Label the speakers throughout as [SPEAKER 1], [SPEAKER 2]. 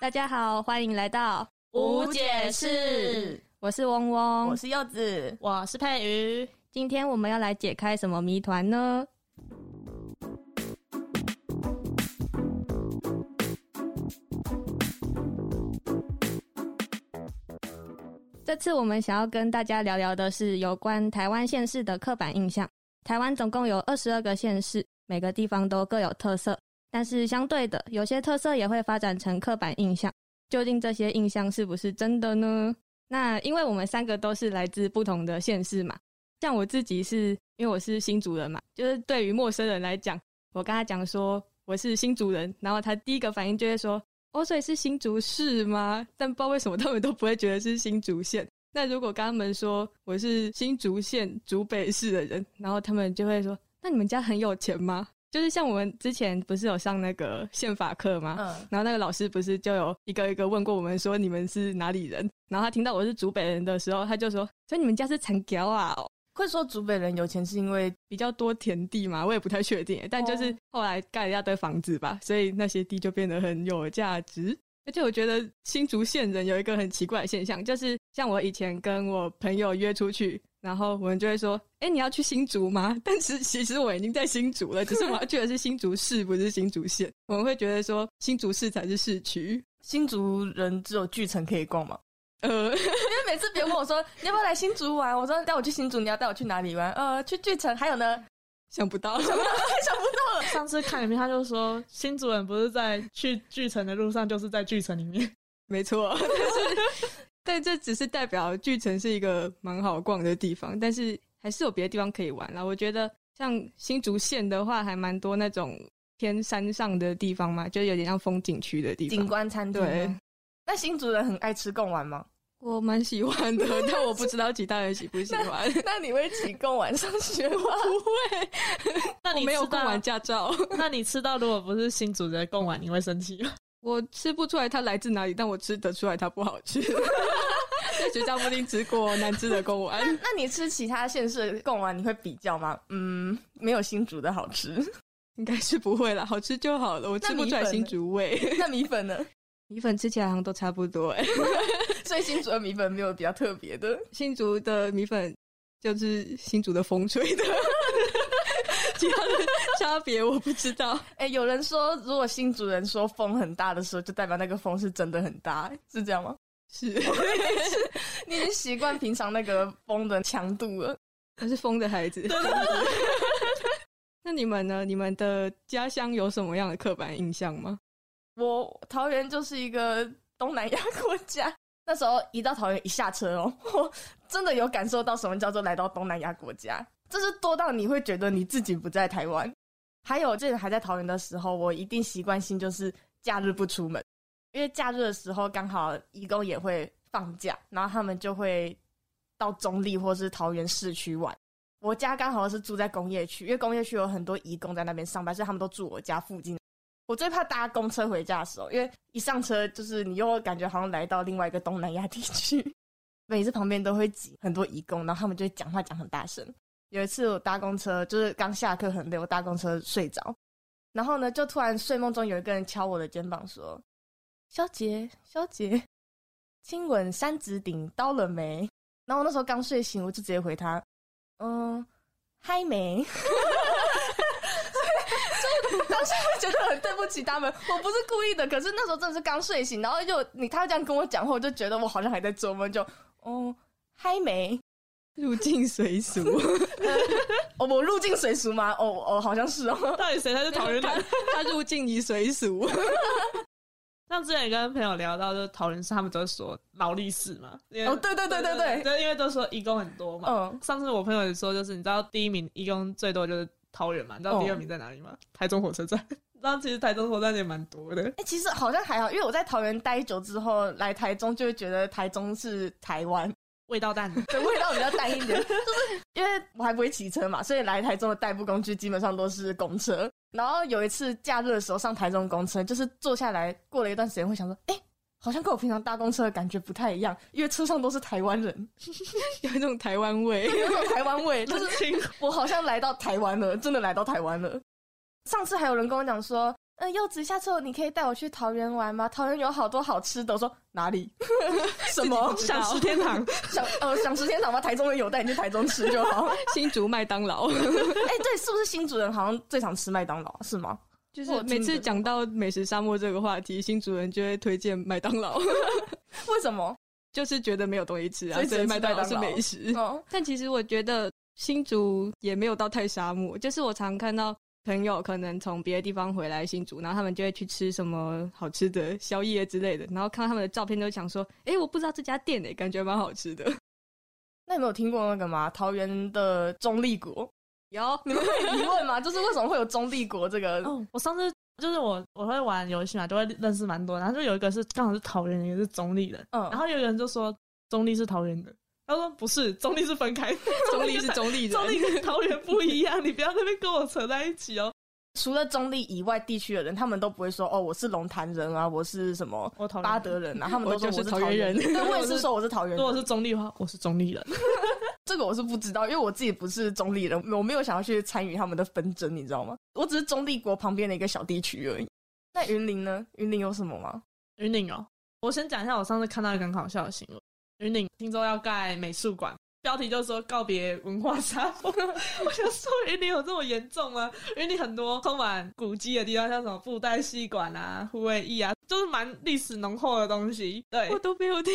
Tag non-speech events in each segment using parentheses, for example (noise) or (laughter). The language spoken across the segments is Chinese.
[SPEAKER 1] 大家好，欢迎来到
[SPEAKER 2] 无解释，
[SPEAKER 1] 我是嗡嗡
[SPEAKER 2] 我。是柚子，
[SPEAKER 3] 我是佩瑜，
[SPEAKER 1] 今天我们要来解开什么谜团呢？这次我们想要跟大家聊聊的是有关台湾县市的刻板印象。台湾总共有二十二个县市，每个地方都各有特色，但是相对的，有些特色也会发展成刻板印象。究竟这些印象是不是真的呢？那因为我们三个都是来自不同的县市嘛，像我自己是因为我是新竹人嘛，就是对于陌生人来讲，我跟他讲说我是新竹人，然后他第一个反应就会说：“哦，所以是新竹市吗？”但不知道为什么他们都不会觉得是新竹县。那如果跟他们说我是新竹县竹北市的人，然后他们就会说：“那你们家很有钱吗？”就是像我们之前不是有上那个宪法课吗？
[SPEAKER 2] 嗯，
[SPEAKER 1] 然后那个老师不是就有一个一个问过我们说你们是哪里人？然后他听到我是竹北人的时候，他就说：“所以你们家是产条啊、哦，
[SPEAKER 2] 会说竹北人有钱是因为
[SPEAKER 1] 比较多田地嘛。”我也不太确定，但就是后来盖了一大堆房子吧，所以那些地就变得很有价值。而且我觉得新竹县人有一个很奇怪的现象，就是像我以前跟我朋友约出去，然后我们就会说：“哎，你要去新竹吗？”但是其实我已经在新竹了，只是我要去的是新竹市，不是新竹县。我们会觉得说新竹市才是市区。
[SPEAKER 2] 新竹人只有巨城可以逛嘛。 (laughs)
[SPEAKER 1] 呃，
[SPEAKER 2] 因为每次别人问我说你要不要来新竹玩，我说带我去新竹，你要带我去哪里玩？呃，去巨城，还有呢，
[SPEAKER 1] 想不到，
[SPEAKER 2] 想不到了。
[SPEAKER 3] (laughs) 上次看影片，他就说新主人不是在去巨城的路上，就是在巨城里面。
[SPEAKER 1] (laughs) 没错，但是但这只是代表巨城是一个蛮好逛的地方，但是还是有别的地方可以玩啦。我觉得像新竹县的话，还蛮多那种偏山上的地方嘛，就有点像风景区的地
[SPEAKER 2] 景
[SPEAKER 1] 方。
[SPEAKER 2] 观餐厅，
[SPEAKER 1] 对，
[SPEAKER 2] 那新竹人很爱吃贡丸吗？
[SPEAKER 1] 我蛮喜欢的，但我不知道其他人喜不喜欢。
[SPEAKER 2] (laughs) 那你会骑贡丸上学吗？
[SPEAKER 3] 那
[SPEAKER 1] 我
[SPEAKER 3] 你
[SPEAKER 1] 没有
[SPEAKER 3] 吃到
[SPEAKER 1] 逛完驾照，
[SPEAKER 3] 那你吃到如果不是新主人的贡丸，你会生气吗？
[SPEAKER 1] 我吃不出来它来自哪里，但我吃得出来它不好吃。 (laughs) 在学校附近吃过难吃的贡丸。
[SPEAKER 2] (laughs) 那你吃其他县市的贡丸，你会比较吗？嗯，没有新竹的好吃。 (laughs)
[SPEAKER 1] 应该是不会啦，好吃就好了。我吃不出来新竹味， (laughs)
[SPEAKER 2] 那米粉呢？ (laughs)
[SPEAKER 1] 米粉吃起来好像都差不多哎、
[SPEAKER 2] 所以新竹的米粉没有比较特别的。
[SPEAKER 1] 新竹的米粉就是新竹的风吹的， (laughs) 其他的差别我不知道。
[SPEAKER 2] 哎、有人说，如果新主人说风很大的时候，就代表那个风是真的很大，是这样吗？
[SPEAKER 1] 是，
[SPEAKER 2] 你已经习惯平常那个风的强度了。
[SPEAKER 1] 他是风的孩子。那你们呢？你们的家乡有什么样的刻板印象吗？
[SPEAKER 2] 我桃园就是一个东南亚国家， (laughs) 那时候一到桃园一下车哦， (laughs) 我真的有感受到什么叫做来到东南亚国家，这是多到你会觉得你自己不在台湾。还有，之前还在桃园的时候，我一定习惯性就是假日不出门，因为假日的时候刚好义工也会放假，然后他们就会到中立或是桃园市区玩。我家刚好是住在工业区，因为工业区有很多义工在那边上班，所以他们都住我家附近。我最怕搭公车回家的时候，因为一上车就是你又会感觉好像来到另外一个东南亚地区，每次旁边都会挤很多义工，然后他们就会讲话讲很大声。有一次我搭公车，就是刚下课很累，我搭公车睡着，然后呢就突然睡梦中有一个人敲我的肩膀说：“肖杰，肖杰，亲吻三指顶刀了没？”然后我那时候刚睡醒，我就直接回他：“嗯，嗨没。”当时会 (laughs) 觉得很对不起他们， (laughs) 我不是故意的，可是那时候真的是刚睡醒，然后就你他这样跟我讲话，我就觉得我好像还在做梦，就哦嗨没，
[SPEAKER 1] 入境随俗，
[SPEAKER 2] 哦我入境随俗吗？哦哦好像是哦，
[SPEAKER 3] 到底谁才是桃园人？
[SPEAKER 1] 他入境你随俗。
[SPEAKER 3] 像之前跟朋友聊到，就是桃园市，他们都说劳力士嘛。因为
[SPEAKER 2] 哦对对对对对
[SPEAKER 3] 对，因为都说义工很多嘛。
[SPEAKER 2] 嗯，
[SPEAKER 3] 上次我朋友也说，就是你知道第一名义工最多就是桃园嘛，你知道第二名在哪里吗？台中火车站。然后其实台中火车站也蛮多的，
[SPEAKER 2] 哎、其实好像还好，因为我在桃园待久之后，来台中就会觉得台中是台湾，
[SPEAKER 3] 味道淡。
[SPEAKER 2] 对味道比较淡一点，就是因为我还不会骑车嘛，所以来台中的代步工具基本上都是公车。然后有一次假日的时候上台中公车，就是坐下来过了一段时间，会想说，哎、好像跟我平常搭公车的感觉不太一样，因为车上都是台湾人，
[SPEAKER 1] 有一种台湾味。
[SPEAKER 2] 有种台湾味，就是
[SPEAKER 3] 是
[SPEAKER 2] 我好像来到台湾了，真的来到台湾了。上次还有人跟我讲说，嗯，柚子，下次我你可以带我去桃园玩吗？桃园有好多好吃的。我说哪里？什么？
[SPEAKER 3] 想吃天堂，
[SPEAKER 2] 想呃想吃天堂吗？台中的有，带你去台中吃就好。
[SPEAKER 1] (laughs) 新竹麦当劳，
[SPEAKER 2] 哎、对，是不是新主人好像最常吃麦当劳是吗？
[SPEAKER 1] 就是每次讲到美食沙漠这个话题，新主人就会推荐麦当劳，
[SPEAKER 2] (laughs)
[SPEAKER 1] (laughs)
[SPEAKER 2] 为什么？
[SPEAKER 1] 就是觉得没有东西吃啊
[SPEAKER 2] 所，以只
[SPEAKER 1] 所以
[SPEAKER 2] 能吃
[SPEAKER 1] 麦当劳
[SPEAKER 2] 麦当
[SPEAKER 1] 是
[SPEAKER 2] 劳
[SPEAKER 1] 美食。
[SPEAKER 2] 嗯，
[SPEAKER 1] 但其实我觉得新竹也没有到太沙漠，就是我常看到朋友可能从别的地方回来新竹，然后他们就会去吃什么好吃的宵夜之类的，然后看到他们的照片就想说，诶，我不知道这家店诶、欸感觉蛮好吃的。
[SPEAKER 2] 那你们有听过那个吗？桃园的中立国，
[SPEAKER 1] 有
[SPEAKER 2] (laughs) 你们会有疑问吗？就是为什么会有中立国这个？
[SPEAKER 3] 哦，我上次就是我我会玩游戏嘛，就会认识蛮多，然后就有一个是刚好是桃园人，也是中立人，
[SPEAKER 2] 嗯
[SPEAKER 3] 然后有一个人就说中立是桃园的，他说不是，中立是分开的，
[SPEAKER 1] 中立是
[SPEAKER 3] 跟
[SPEAKER 1] 中立人，
[SPEAKER 3] (laughs) 中立跟桃园不一样，你不要在那边跟我扯在一起哦。
[SPEAKER 2] 除了中立以外地区的人，他们都不会说哦，我是龙潭人啊，我是什么
[SPEAKER 3] 我桃园
[SPEAKER 2] 巴德 (laughs) 人啊，他们都说
[SPEAKER 1] 我就是
[SPEAKER 2] 我是
[SPEAKER 1] 桃
[SPEAKER 2] 桃
[SPEAKER 1] 园
[SPEAKER 2] 园
[SPEAKER 1] 人
[SPEAKER 2] 人。对，我也是 (laughs) 说我是桃园
[SPEAKER 3] 如果
[SPEAKER 2] 人。
[SPEAKER 3] 是中立的话，我是中立人。
[SPEAKER 2] 这个我是不知道，因为我自己不是中立人，我没有想要去参与他们的纷争，你知道吗？我只是中立国旁边的一个小地区而已。那云林呢？云林有什么吗？
[SPEAKER 3] 云岭哦，我先讲一下我上次看到一个很好笑的新闻，云岭听说要盖美术馆。标题就说告别文化沙漠， (laughs) 我想说云林有这么严重吗？云林很多充满古迹的地方，像什么布袋戏馆啊、护卫驿啊，就是蛮历史浓厚的东西。对，
[SPEAKER 1] 我都没有听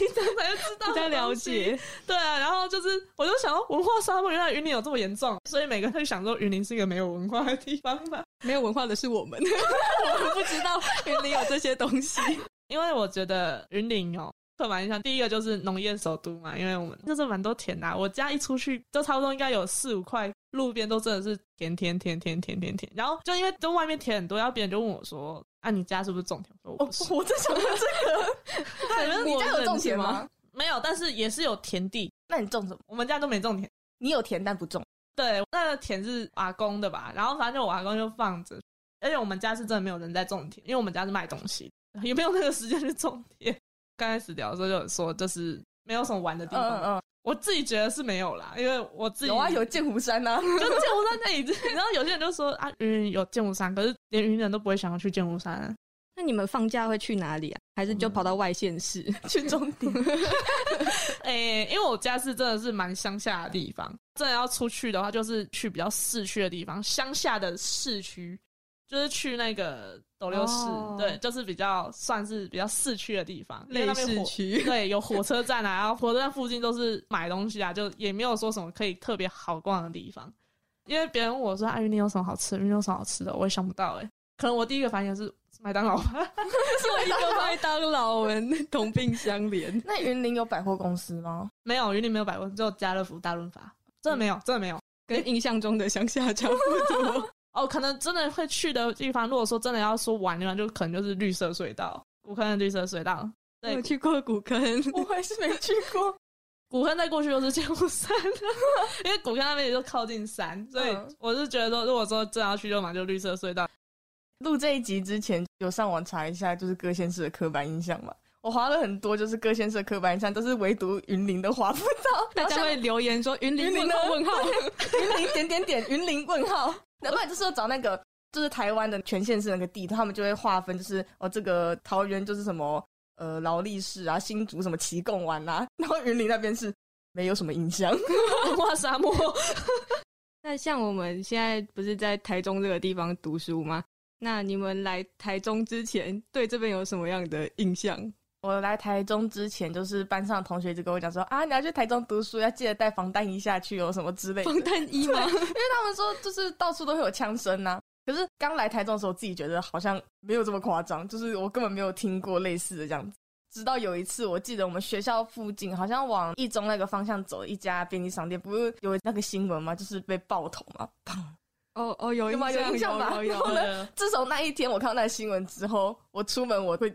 [SPEAKER 3] 这真的是云林人才知 (laughs) 道，
[SPEAKER 1] 不太了解。
[SPEAKER 3] 对啊，然后就是，我就想，文化沙漠原来云林有这么严重，所以每个人会想说，云林是一个没有文化的地方吧？
[SPEAKER 1] 没有文化的是我们， (laughs) 我们不知道云林有这些东西。
[SPEAKER 3] 因为我觉得云林哦，刻板印象第一个就是农业首都嘛，因为我们就是蛮多田的啊、我家一出去，就差不多应该有四五块路边都真的是田田田田田田田，然后就因为都外面田很多，然后别人就问我说，啊，你家是不是种田？我说我不是，
[SPEAKER 2] 哦我在想这个，
[SPEAKER 3] 对就是
[SPEAKER 2] 你家有种
[SPEAKER 1] 是
[SPEAKER 2] 田吗
[SPEAKER 1] 吗？
[SPEAKER 3] 没有，但是也是有田地，
[SPEAKER 2] 那你种什么？
[SPEAKER 3] 我们家都没种田。
[SPEAKER 2] 你有田但不种，
[SPEAKER 3] 对，那个田是阿公的吧？然后反正就我阿公就放着，而且我们家是真的没有人在种田，因为我们家是卖东西的，也没有那个时间去种田。 (laughs) 刚开始聊的时候就有说，就是没有什么玩的地
[SPEAKER 2] 嗯
[SPEAKER 3] 方。
[SPEAKER 2] 嗯嗯，
[SPEAKER 3] 我自己觉得是没有啦，因为我自己
[SPEAKER 2] 有啊，有剑湖山 (laughs) 呐、啊。
[SPEAKER 3] 就剑湖山那里， (laughs) 然后有些人就说啊，云林有剑湖山，可是连云林人都不会想要去剑湖山、
[SPEAKER 1] (laughs) 那你们放假会去哪里啊？还是就跑到外县 (laughs) 市？
[SPEAKER 2] 去终点。
[SPEAKER 3] 诶、因为我家是真的是蛮乡下的地方，真的要出去的话，就是去比较市区的地方，乡下的市区，就是去那个斗六市，
[SPEAKER 1] 哦
[SPEAKER 3] 对，就是比较算是比较市区的地方，因为那边
[SPEAKER 1] 市
[SPEAKER 3] 火。
[SPEAKER 1] 区，
[SPEAKER 3] (laughs) 对，有火车站啊，然后火车站附近都是买东西啊，就也没有说什么可以特别好逛的地方。因为别人问我说：“啊，云林有什么好吃的？云林有什么好吃的？”我也想不到诶、欸可能我第一个反应是麦当劳吧。 (laughs)
[SPEAKER 1] 做一个麦当劳文同病相怜。
[SPEAKER 2] 那云林有百货公司吗？
[SPEAKER 3] 没有，云林没有百货，只有家乐福、大润发，真的没有，真的没有。
[SPEAKER 1] (laughs) 跟印象中的乡下 (laughs) 差不多。
[SPEAKER 3] 哦，可能真的会去的地方，如果说真的要说玩的话，就可能就是绿色隧道，古坑的绿色隧道。
[SPEAKER 1] 我
[SPEAKER 3] 对
[SPEAKER 1] 有，去过古 (laughs) 坑，
[SPEAKER 2] (laughs) 我还是没去过。
[SPEAKER 3] 古坑再过去就是剑湖山了， (laughs) 因为古坑那边也就靠近山，所以
[SPEAKER 2] 嗯
[SPEAKER 3] 我是觉得说，如果说真的要去就嘛，就绿色隧
[SPEAKER 2] (laughs)
[SPEAKER 3] 道。
[SPEAKER 1] 哦
[SPEAKER 2] 录这一集之前，有上网查一下，就是各县市的刻板印象嘛。我划了很多，就是各县市的刻板印象，但是唯独云林的划不到。
[SPEAKER 1] 大家会留言说云林啊
[SPEAKER 2] 云
[SPEAKER 1] 问
[SPEAKER 2] 林呢
[SPEAKER 1] 号 (laughs) 问号，
[SPEAKER 2] (laughs) 云林点点点，云林问号。那不然就是要找那个，就是台湾的全县市那个地图，他们就会划分，就是哦，这个桃园就是什么呃劳力士啊，新竹什么旗贡湾啊，然后云林那边是没有什么印象。
[SPEAKER 3] 文化沙漠，
[SPEAKER 1] 那像我们现在不是在台中这个地方读书吗？那你们来台中之前，对这边有什么样的印象？
[SPEAKER 2] 我来台中之前，就是班上的同学就跟我讲说啊，你要去台中读书，要记得带防弹衣下去哦，什么之类的。 (laughs)
[SPEAKER 1] 防弹衣吗？
[SPEAKER 2] 因为他们说就是到处都会有枪声呐、可是刚来台中的时候，我自己觉得好像没有这么夸张，就是我根本没有听过类似的这样子。直到有一次，我记得我们学校附近好像往一中那个方向走，一家便利商店不是有那个新闻吗？就是被爆头嘛。
[SPEAKER 1] (laughs) 哦哦，有
[SPEAKER 2] 有
[SPEAKER 1] 印
[SPEAKER 2] 吗
[SPEAKER 1] 象，
[SPEAKER 2] 有印象吧
[SPEAKER 1] 有有
[SPEAKER 2] 然后
[SPEAKER 1] 有
[SPEAKER 2] 呢自从那一天我看到那个新闻之后，我出门我会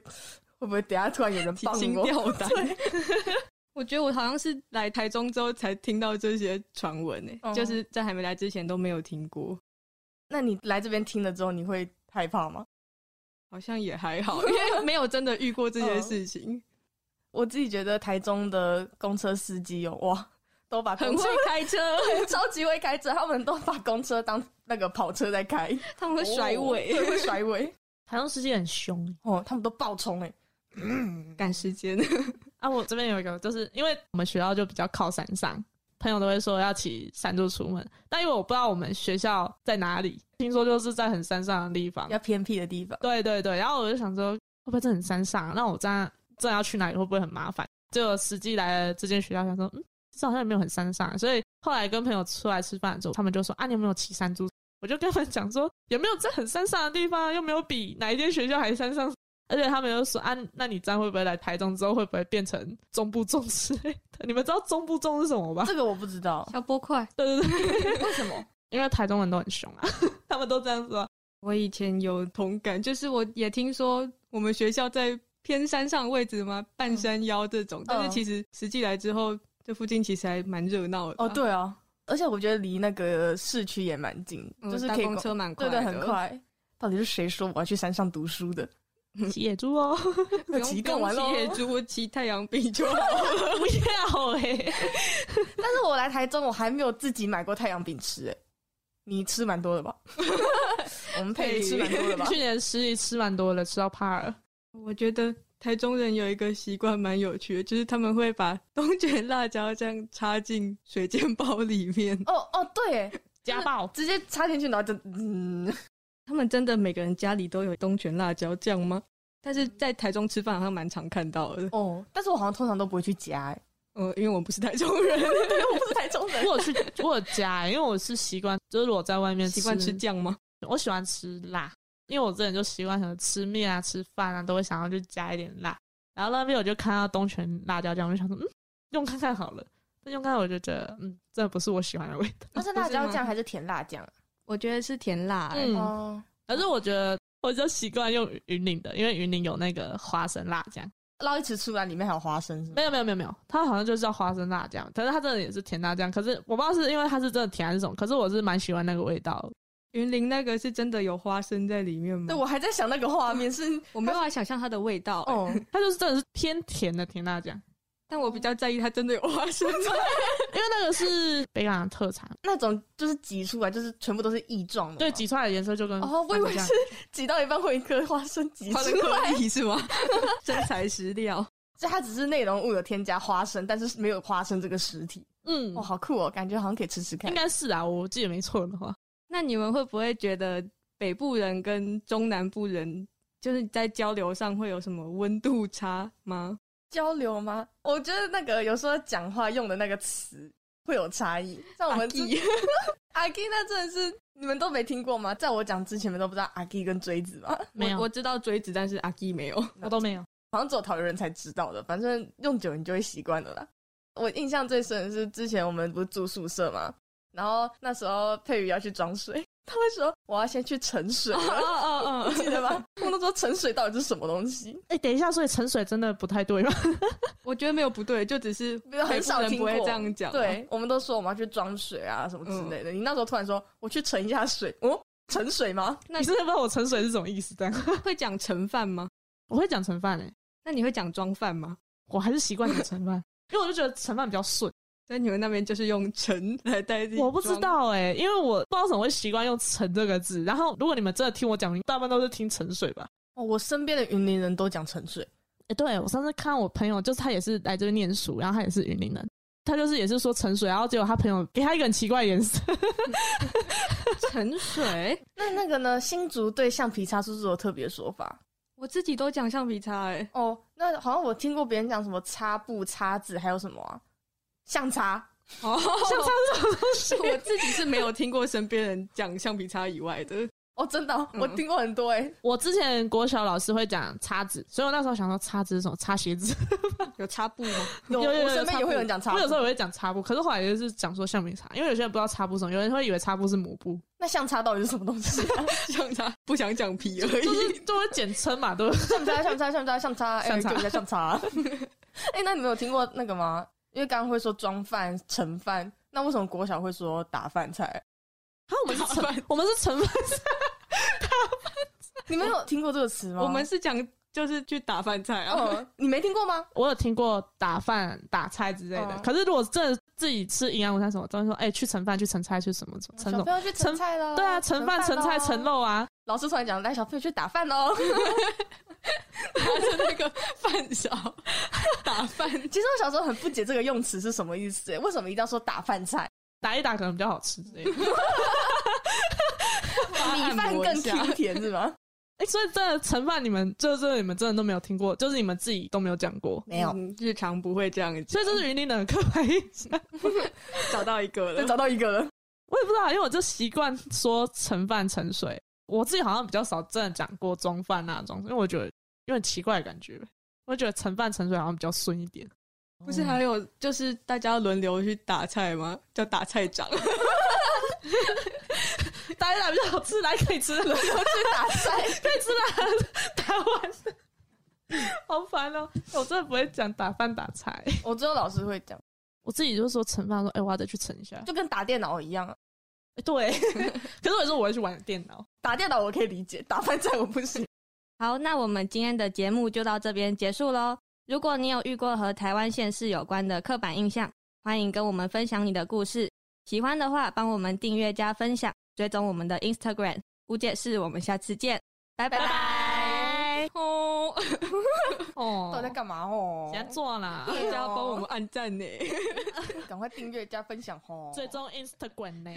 [SPEAKER 2] 会不会等一下突然有人
[SPEAKER 1] 提
[SPEAKER 2] 帮
[SPEAKER 1] 心
[SPEAKER 2] 我？ (laughs)
[SPEAKER 1] 吊胆。我觉得我好像是来台中之后才听到这些传闻诶，
[SPEAKER 2] 哦
[SPEAKER 1] 就是在还没来之前都没有听过，
[SPEAKER 2] 那你来这边听了之后，你会害怕吗？
[SPEAKER 1] 好像也还
[SPEAKER 2] (laughs)
[SPEAKER 1] 好，因为没有真的遇过这些
[SPEAKER 2] 哦
[SPEAKER 1] 事情。
[SPEAKER 2] 我自己觉得台中的公车司机有哇， (laughs) 都把
[SPEAKER 1] 很
[SPEAKER 2] 公
[SPEAKER 1] 会
[SPEAKER 2] 车
[SPEAKER 1] 开
[SPEAKER 2] (laughs)
[SPEAKER 1] 车，
[SPEAKER 2] 啊超级会开车，他们都把公车当那个跑车在 (laughs) 开，
[SPEAKER 1] 他们会甩尾，
[SPEAKER 2] 哦对，会甩 (laughs) 尾。
[SPEAKER 3] 台中司机很凶欸
[SPEAKER 2] 哦，他们都爆冲哎、
[SPEAKER 1] 赶时间。
[SPEAKER 3] 啊！我这边有一个，就是因为我们学校就比较靠山上，朋友都会说要骑山路出门，但因为我不知道我们学校在哪里，听说就是在很山上的地方
[SPEAKER 2] 比。较偏僻的地 (laughs) 方。
[SPEAKER 3] 对对对，然后我就想说，会不会这很山上啊？那我这样这要去哪里会不会很麻烦？结果实际来了这间学校，想说，嗯，这好像也没有很山上啊，所以后来跟朋友出来吃饭的时候，他们就说啊，你有没有骑山猪？我就跟他们讲说，有没有在很山上的地方啊，又没有比哪一间学校还山上。而且他们又说啊，那你这样会不会来台中之后会不会变成中部粽之类的？你们知道中部粽是什么吧？
[SPEAKER 2] 这个我不知道， (laughs)
[SPEAKER 1] 小波快，
[SPEAKER 3] 对对对，
[SPEAKER 2] 为什么？
[SPEAKER 3] 因为台中人都很凶啊，他们都这样说。
[SPEAKER 1] 我以前有同感，就是我也听说我们学校在偏山上的位置嘛，半山腰这
[SPEAKER 2] 嗯
[SPEAKER 1] 种，但是其实实际来之后，这附近其实还蛮热闹的吧。
[SPEAKER 2] 哦，对啊，而且我觉得离那个市区也蛮近，
[SPEAKER 1] 嗯，
[SPEAKER 2] 就是
[SPEAKER 1] 搭
[SPEAKER 2] 可以
[SPEAKER 1] 公车蛮快
[SPEAKER 2] 对
[SPEAKER 1] 的，
[SPEAKER 2] 对，很。快。到底是谁说我要去山上读书的？
[SPEAKER 3] 骑野猪哦，
[SPEAKER 1] 不
[SPEAKER 2] (laughs)
[SPEAKER 1] 用
[SPEAKER 2] 骑
[SPEAKER 1] 骑
[SPEAKER 2] 更完哦咯
[SPEAKER 1] 骑野猪，我骑太阳饼就好。 (laughs)
[SPEAKER 3] 不要哎、
[SPEAKER 1] 欸
[SPEAKER 2] 但是我来台中，我还没有自己买过太阳饼吃、欸。你吃蛮多的 (laughs) 吧？我们配吃蛮多的吧？
[SPEAKER 3] 去年十里吃蛮多的，吃到怕了。
[SPEAKER 1] 我觉得台中人有一个习惯蛮有趣的，就是他们会把东卷辣椒酱插进水煎包里面。
[SPEAKER 2] 哦哦，对耶，
[SPEAKER 3] 家暴，
[SPEAKER 2] 直接插进去，然后就嗯，
[SPEAKER 1] (laughs) 他们真的每个人家里都有东卷辣椒酱吗？但是在台中吃饭好像蛮常看到的。
[SPEAKER 2] 哦。但是我好像通常都不会去夹、欸，
[SPEAKER 1] 嗯，因为我不是台中 (laughs) 人，
[SPEAKER 2] 因为我不是台中 (laughs) 人。
[SPEAKER 3] (laughs) 我有去，我有加、因为我是习惯，就是我在外面
[SPEAKER 1] 习惯吃，酱吗？
[SPEAKER 3] 我喜欢吃辣，因为我之前就习惯什么吃面啊、吃饭啊，都会想要去加一点辣。然后那边我就看到东泉辣椒酱，我就想说，嗯，用看看好了。但用看看我就觉得，嗯，这不是我喜欢的味道。
[SPEAKER 2] 它是
[SPEAKER 1] 不是
[SPEAKER 2] 辣椒
[SPEAKER 1] 吗
[SPEAKER 2] 酱还是甜辣酱？
[SPEAKER 1] 我觉得是甜辣、欸，
[SPEAKER 3] 嗯
[SPEAKER 2] 哦，
[SPEAKER 3] 可是我觉得，我就习惯用云岭的，因为云岭有那个花生辣酱。
[SPEAKER 2] 捞一匙出来，里面还有花生是吗？
[SPEAKER 3] 没有没有没有没有，它好像就叫花生辣酱，可是它真的也是甜辣酱。可是我不知道是因为它是真的甜还是什么，可是我是蛮喜欢那个味道的。
[SPEAKER 1] 云林那个是真的有花生在里面吗？
[SPEAKER 2] 对，我还在想那个画面是
[SPEAKER 1] 我没有办法想象它的味道、欸
[SPEAKER 2] (laughs) 哦，
[SPEAKER 3] 它就是真的是偏甜的甜辣酱，
[SPEAKER 1] 但我比较在意它真的有花生。
[SPEAKER 3] 因为那个是北港的特产，
[SPEAKER 2] 那种就是挤出来，就是全部都是异状的。
[SPEAKER 3] 对，，啊挤出来的颜色就跟
[SPEAKER 2] 哦我以为
[SPEAKER 3] 番茄酱
[SPEAKER 2] 是挤到一半会一颗花生挤
[SPEAKER 1] 花
[SPEAKER 2] 出
[SPEAKER 1] 生
[SPEAKER 2] 来，
[SPEAKER 1] 颗粒是 (laughs) 吗？真材实料。
[SPEAKER 2] 所以它只是内容物有添加花生，但是没有花生这个实体。
[SPEAKER 3] 嗯
[SPEAKER 2] 哇，，好酷哦，感觉好像可以吃吃看
[SPEAKER 3] 应。该是啊，我记得没错的话，
[SPEAKER 1] 那你们会不会觉得北部人跟中南部人就是在交流上会有什么温度差吗？
[SPEAKER 2] 交流吗？我觉得那个有时候讲话用的那个词会有差异。像我们之
[SPEAKER 1] 阿基
[SPEAKER 2] 阿基那真的是你们都没听过吗？在我讲之前，你们都不知道阿基跟锥子吗？
[SPEAKER 3] 没有
[SPEAKER 1] 我，我知道锥子，但是阿基没有。
[SPEAKER 3] 我都没有。
[SPEAKER 2] 好像只有桃园人才知道的，反正用久你就会习惯的啦。我印象最深的是之前我们不是住宿舍嘛，然后那时候佩瑜要去装水，他会说我要先去盛水
[SPEAKER 1] (laughs) 哦
[SPEAKER 2] 了，
[SPEAKER 1] 哦哦，
[SPEAKER 2] 记得吗？ (laughs) 我都说盛水到底是什么东西？
[SPEAKER 3] 哎、等一下，所以盛水真的不太对吗？
[SPEAKER 1] 我觉得没有不对，就只是
[SPEAKER 2] 没有很少
[SPEAKER 1] 北部人
[SPEAKER 2] 听
[SPEAKER 1] 不
[SPEAKER 2] 过
[SPEAKER 1] 会这样讲。，
[SPEAKER 2] 对，我们都说我们要去装水啊什么之类的。你那时候突然说我去盛一下水，哦，盛水吗？
[SPEAKER 1] 那
[SPEAKER 3] 你真的不知道我盛水是什么意思？这样 (laughs)
[SPEAKER 1] 会讲盛饭吗？
[SPEAKER 3] 我会讲盛饭哎、
[SPEAKER 1] 那你会讲装饭吗？
[SPEAKER 3] 我还是习惯讲盛饭， (laughs) 因为我就觉得盛饭比较顺。
[SPEAKER 1] 在你们那边就是用盛来代替，
[SPEAKER 3] 我不知。道哎、因为我不知道怎么会习惯用“沉”这个字。然后，如果你们真的听我讲，大半都是听沉水吧。
[SPEAKER 2] 哦，我身边的云林人都讲盛水，
[SPEAKER 3] 哎、对我上次看我朋友，就是他也是来这边念书，然后他也是云林人，他就是也是说沉水，然后结果他朋友给他一个很奇怪的颜色，
[SPEAKER 1] 盛水，
[SPEAKER 2] 那那个呢？新竹对橡皮擦是不是有特别说法？
[SPEAKER 1] 我自己都讲橡皮擦
[SPEAKER 3] (laughs)
[SPEAKER 1] 哎、欸，
[SPEAKER 2] 哦，那好像我听过别人讲什么擦布、擦子，还有什么啊？橡擦
[SPEAKER 1] 哦，
[SPEAKER 3] 像他这种东西。
[SPEAKER 1] 我自己是没有听过身边人讲橡皮擦以外的。
[SPEAKER 2] 哦，真的哦、
[SPEAKER 1] 嗯
[SPEAKER 2] 我听过很多哎、
[SPEAKER 3] 我之前国小老师会讲叉子，所以我那时候想说叉子是什么？擦鞋子。
[SPEAKER 1] 有擦布 (laughs) 吗？
[SPEAKER 2] 有
[SPEAKER 3] (laughs) 有有
[SPEAKER 2] 我身边也会有人讲擦
[SPEAKER 3] 我有时
[SPEAKER 2] 布，
[SPEAKER 3] 候也会讲擦布，可是后来就是讲说橡皮擦，因为有些人不知道擦布是什么，有人会以为擦布是抹布，
[SPEAKER 2] 那橡擦到底是什么东西、啊？
[SPEAKER 1] 橡擦不想讲皮而已。 (laughs)
[SPEAKER 2] (laughs)
[SPEAKER 3] 就是就会简称嘛，对不对？
[SPEAKER 2] 橡擦、橡擦、橡擦、橡擦，哎、
[SPEAKER 3] 橡擦
[SPEAKER 2] 就叫橡擦。 (laughs) 哎、那你们有听过那个吗？因为刚刚会说装饭、盛饭，那为什么国小会说打饭菜？
[SPEAKER 3] 啊，我们是盛，我们是盛饭菜，
[SPEAKER 2] 你们有听过这个词吗？哦
[SPEAKER 1] 我们是讲就是去打饭菜啊。
[SPEAKER 2] 嗯，你没听过吗？
[SPEAKER 3] 我有听过打饭、打菜之类的，
[SPEAKER 2] 嗯
[SPEAKER 3] 可是如果真的自己吃营养午餐什么，都会说哎、去盛饭、去盛菜、去什么什么盛
[SPEAKER 2] 小
[SPEAKER 3] 什么
[SPEAKER 2] 朋友去盛哦菜了，
[SPEAKER 3] 对啊，盛饭、盛菜、
[SPEAKER 2] 哦
[SPEAKER 3] 盛。肉啊，
[SPEAKER 2] 老师突然讲带小朋友去打饭喽。
[SPEAKER 1] 是那个饭勺打饭，
[SPEAKER 2] (laughs) 其实我小时候很不解这个用词是什么意思、欸为什么一定要说打饭菜？
[SPEAKER 3] 打一打可能比较好吃之类的。
[SPEAKER 2] 米饭更 Q
[SPEAKER 1] 嗯
[SPEAKER 2] 甜是吗？
[SPEAKER 3] 哎、所以真的盛饭，你们就是真的你们真的都没有听过，就是你们自己都 (laughs) 没有讲过，
[SPEAKER 2] 没有，
[SPEAKER 1] 嗯日常不会这样子，
[SPEAKER 3] 所以这是云林的刻板印象。
[SPEAKER 1] 找到一个
[SPEAKER 2] 就
[SPEAKER 1] 了。
[SPEAKER 2] 找到一个了。 (laughs)
[SPEAKER 3] 我也不知道，因为我就习惯说盛饭盛水，我自己好像比较少真的讲过中饭那种，因为我觉得有点奇怪的感觉。我觉得盛饭盛水好像比较顺一点。
[SPEAKER 1] 不是还有就是大家轮流去打菜吗？叫打菜长，
[SPEAKER 3] 打一打比较好吃，来可以吃了，可以
[SPEAKER 2] 去打菜， (laughs)
[SPEAKER 3] 吃了，打完了， (laughs) 好烦哦、我真的不会讲打饭打菜，
[SPEAKER 2] 我只有老师会讲，
[SPEAKER 3] 我自己就说盛饭，说哎、我要再去盛一下。
[SPEAKER 2] 就跟打电脑一样啊。
[SPEAKER 3] 哎 (laughs) 对，可是我说我会去玩电脑。
[SPEAKER 2] 打电脑我可以理解，打饭菜我不行。
[SPEAKER 4] 好，那我们今天的节目就到这边结束喽。如果你有遇过和台湾县市有关的刻板印象，欢迎跟我们分享你的故事。喜欢的话，帮我们订阅加分享，追踪我们的 Instagram。无解释，我们下次见，拜拜。
[SPEAKER 2] 拜
[SPEAKER 4] 拜哦，
[SPEAKER 3] 哦
[SPEAKER 2] 到底在干嘛哦？
[SPEAKER 3] 谁做啦？
[SPEAKER 1] 大家帮我们按赞呢。
[SPEAKER 2] 赶快订阅加分享哦。
[SPEAKER 3] 追踪 Instagram 呢、